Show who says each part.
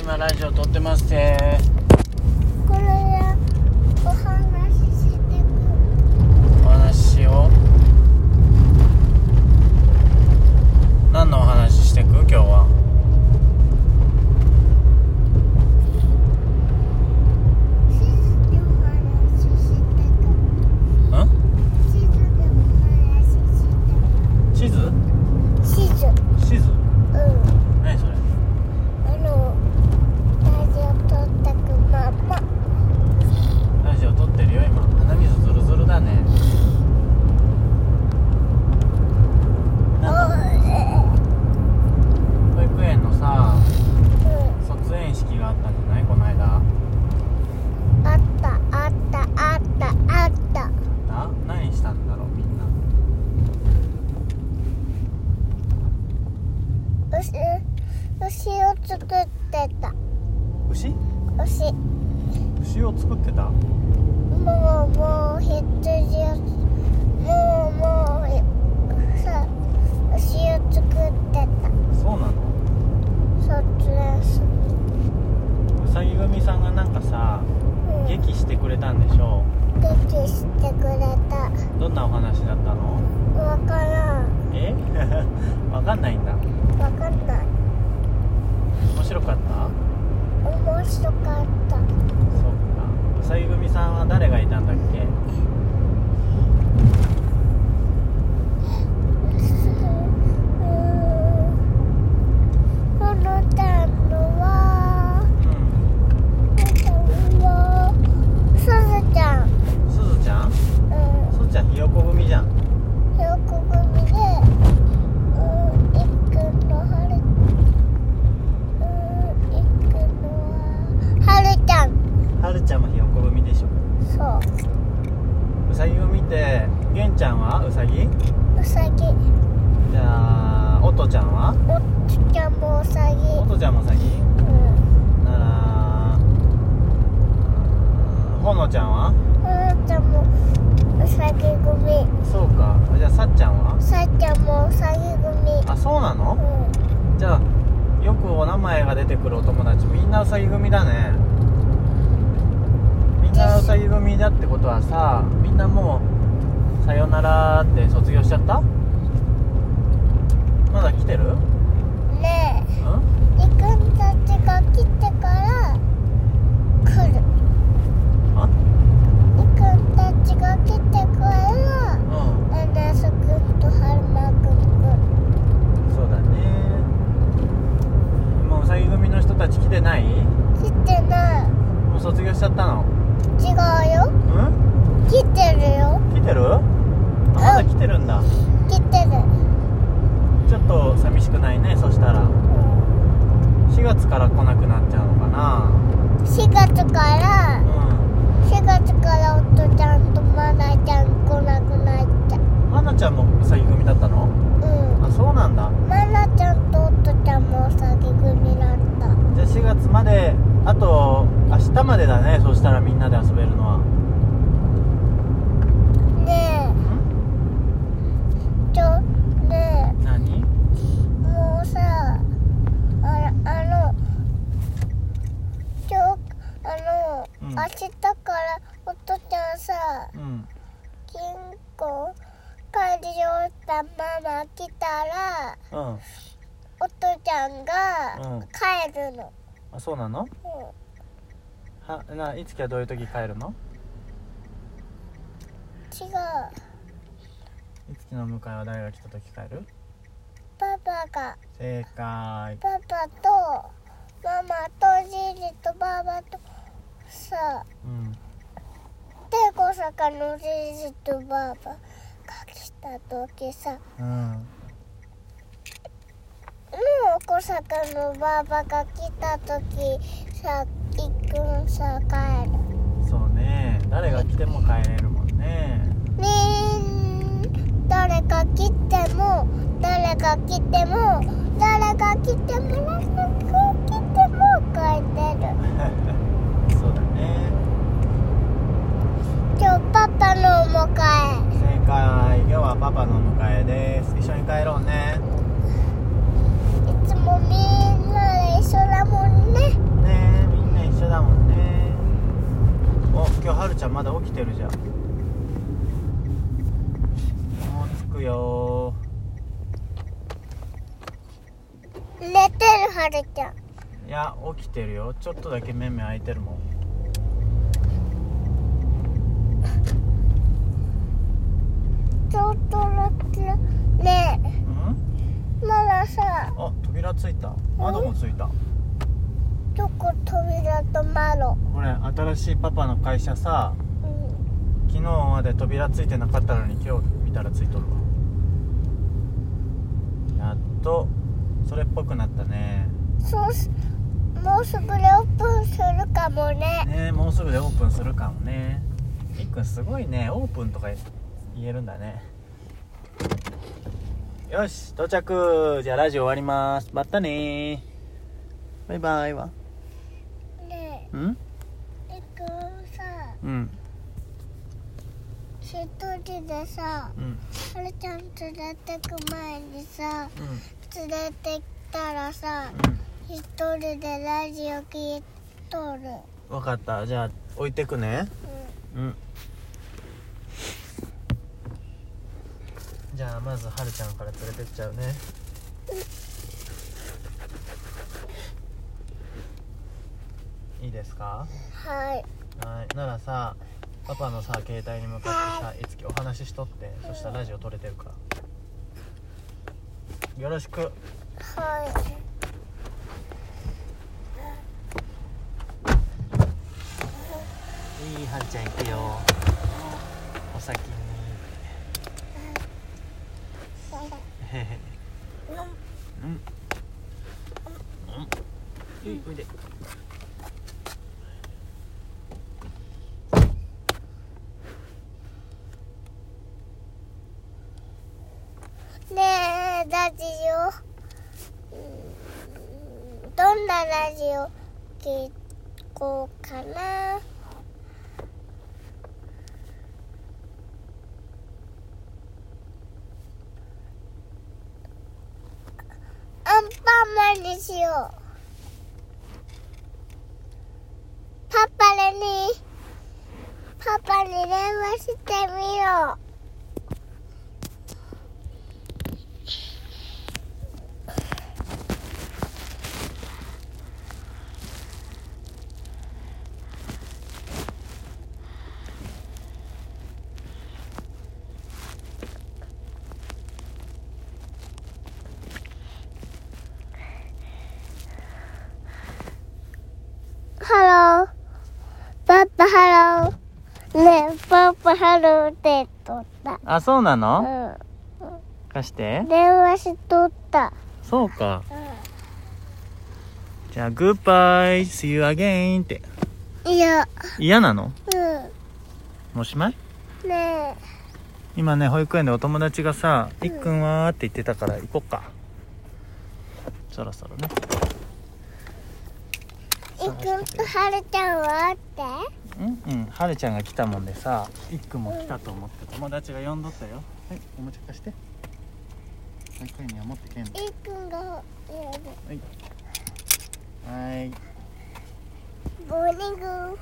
Speaker 1: 今ラジオ撮ってますて
Speaker 2: これはお話ししてく
Speaker 1: お話を何のお話してく今日はん
Speaker 2: 地図でお話ししてく地図でお話しして
Speaker 1: 地図
Speaker 2: く
Speaker 1: 地
Speaker 2: 地図
Speaker 1: 図
Speaker 2: うん
Speaker 1: 何それ
Speaker 2: あのラジオ撮ったくママ
Speaker 1: ラジオ撮ってるよ今鼻水ズルズルだねなんか
Speaker 2: お
Speaker 1: 保育園のさ
Speaker 2: ううん
Speaker 1: 卒園式があったんじゃないこの間あっ
Speaker 2: あったあったあったあった
Speaker 1: た何したんだろうみんな
Speaker 2: 牛牛を作ってた
Speaker 1: 牛
Speaker 2: 牛
Speaker 1: 牛を作ってた
Speaker 2: もうもう羊をもうもうさ牛を作ってた
Speaker 1: そうなの
Speaker 2: 卒園式
Speaker 1: うさぎ組さんがなんかさ
Speaker 2: うん
Speaker 1: 劇してくれたんでしょ
Speaker 2: 劇してくれた
Speaker 1: どんなお話だったの
Speaker 2: わからん
Speaker 1: え わかんないんだ
Speaker 2: わかんない
Speaker 1: 面白かった
Speaker 2: 面
Speaker 1: そう
Speaker 2: 白かった
Speaker 1: かうさぎ組さんは誰がいたんだっけ
Speaker 2: うんこのタンのは
Speaker 1: うん
Speaker 2: すずちゃん
Speaker 1: すずちゃん
Speaker 2: うん
Speaker 1: すずちゃんひよこ組じゃん
Speaker 2: よく組で、うん、いっくんのはる、うん、いっくんのは、はるちゃん。
Speaker 1: はるちゃんもひよこ組でしょ
Speaker 2: そう
Speaker 1: さぎ組ってげんちゃんはうさぎ
Speaker 2: う、うさぎ、
Speaker 1: じゃあおとちゃんは
Speaker 2: おっちゃんもうさぎ。
Speaker 1: おとちゃんもうさぎ
Speaker 2: うん、
Speaker 1: ならあーほのちゃんは
Speaker 2: はるちゃんも、うさぎ組。
Speaker 1: そうかじゃあさっちゃんは
Speaker 2: さっちゃんもうさぎ組。
Speaker 1: あそうなの
Speaker 2: うん、
Speaker 1: じゃあよくお名前が出てくるお友達みんなうさぎ組だねみんなうさぎ組だってことはさみんなもう「さよなら」って卒業しちゃったまだ来てるうん
Speaker 2: ねえ、いっくんたちが来てから、来る。
Speaker 1: あ
Speaker 2: いっくんたちが来てから、
Speaker 1: う
Speaker 2: アナス君とハルマ君
Speaker 1: んそうだねもううさぎ組の人たち来てない
Speaker 2: と来てない
Speaker 1: もう卒業しちゃったの
Speaker 2: 違うよ
Speaker 1: うん
Speaker 2: 来てるよ
Speaker 1: 来てるあまだ来てるんだ
Speaker 2: 来てる
Speaker 1: ちょっと寂しくないねそしたら4月から来なくなっちゃうのかな
Speaker 2: 4月から
Speaker 1: うん
Speaker 2: 4月からおとちゃんとマナちゃん来なくなっちゃう
Speaker 1: マナちゃんもうさぎ組だったの
Speaker 2: う
Speaker 1: あそうなんだ
Speaker 2: んマナちゃんとおとちゃんもうさぎ組だった
Speaker 1: じゃあ4月まであと明日までだねそしたらみんなで遊べるのはん
Speaker 2: ねえちょね
Speaker 1: 何
Speaker 2: えもうさあのあのちょあ
Speaker 1: う
Speaker 2: の、
Speaker 1: ん
Speaker 2: 明日からおとちゃんさ
Speaker 1: うん
Speaker 2: 金庫帰りよったまま来たら
Speaker 1: うん
Speaker 2: お父ちゃん
Speaker 1: うん
Speaker 2: が帰るの、
Speaker 1: あそうなの
Speaker 2: うん
Speaker 1: はないつきはどういう時帰るの
Speaker 2: 違う
Speaker 1: いつきの迎えは誰が来た時帰る
Speaker 2: パパが
Speaker 1: 正解
Speaker 2: パパとママとジリとババとさ
Speaker 1: うん
Speaker 2: で小坂のジリとババが来た時さ
Speaker 1: うん
Speaker 2: もう小坂のババが来た時さいっくんさ帰る
Speaker 1: そうね誰が来ても帰れるもんね
Speaker 2: みん誰か来ても誰か来ても誰か来ても誰か来ても書いてる
Speaker 1: そうだね
Speaker 2: 今日パパのお迎
Speaker 1: 正解今日はパパの迎えです一緒に帰ろうね
Speaker 2: えいつもみんなで一緒だもんね
Speaker 1: うんってるじゃんもう着くよ
Speaker 2: 寝てるはるちゃん
Speaker 1: いや起きてるよちょっとだけ目目開いてるもん
Speaker 2: ちょっとだけね
Speaker 1: うん
Speaker 2: えまださ
Speaker 1: あ扉ついた窓もついた
Speaker 2: どこ扉と窓
Speaker 1: これ新しいパパの会社さ
Speaker 2: うん
Speaker 1: 昨日まで扉ついてなかったのに今日見たらついとるわやっとそれっぽくなったね
Speaker 2: そうすもうすぐレオープンするかもね
Speaker 1: ねえもうすぐでオープンするかもねいっくんすごいねオープンとか言えるんだねよし到着じゃあラジオ終わりますまたねバイバイは
Speaker 2: ね
Speaker 1: うん
Speaker 2: ええっくんさ
Speaker 1: うん
Speaker 2: 一人でさ
Speaker 1: うん
Speaker 2: はるちゃん連れてく前にさ
Speaker 1: うん
Speaker 2: 連れてきたらさ一人でラジオ聞いとる
Speaker 1: 分かったじゃあ置いてくねうんじゃあまずはるちゃんから連れてっちゃうねいいですか
Speaker 2: はい
Speaker 1: はいならさパパのさ携帯に向かってさいつきお話ししとってそしたらラジオ撮れてるからよろしく
Speaker 2: はい
Speaker 1: いいはるちゃん行くよお先にうんうんいいおいで
Speaker 2: ねえラジオうんどんなラジオ聞こうかなアンパンマンにしようパパレにパパに電話してみようハロー。パパハロー。ねえ、パパハローって言っとっ
Speaker 1: あそうな
Speaker 2: た。
Speaker 1: の
Speaker 2: う
Speaker 1: 貸して
Speaker 2: ん。電話しとった。
Speaker 1: そうか
Speaker 2: う
Speaker 1: じゃあグッバイ See you again って
Speaker 2: ん。いや、
Speaker 1: 嫌なの
Speaker 2: う
Speaker 1: もうおしまい
Speaker 2: ん。ね
Speaker 1: 今ね保育園でお友達がさ「
Speaker 2: ん
Speaker 1: いっくんは?」って言ってたから行こっかそろそろね
Speaker 2: え、いくんとはるちゃんはって
Speaker 1: うんうんはるちゃんが来たもんでさいっくんも来たと思って友達が呼んどったよはいおもちゃ貸して保育園には持ってけんの
Speaker 2: いくんが、やる
Speaker 1: はい
Speaker 2: ボーリング。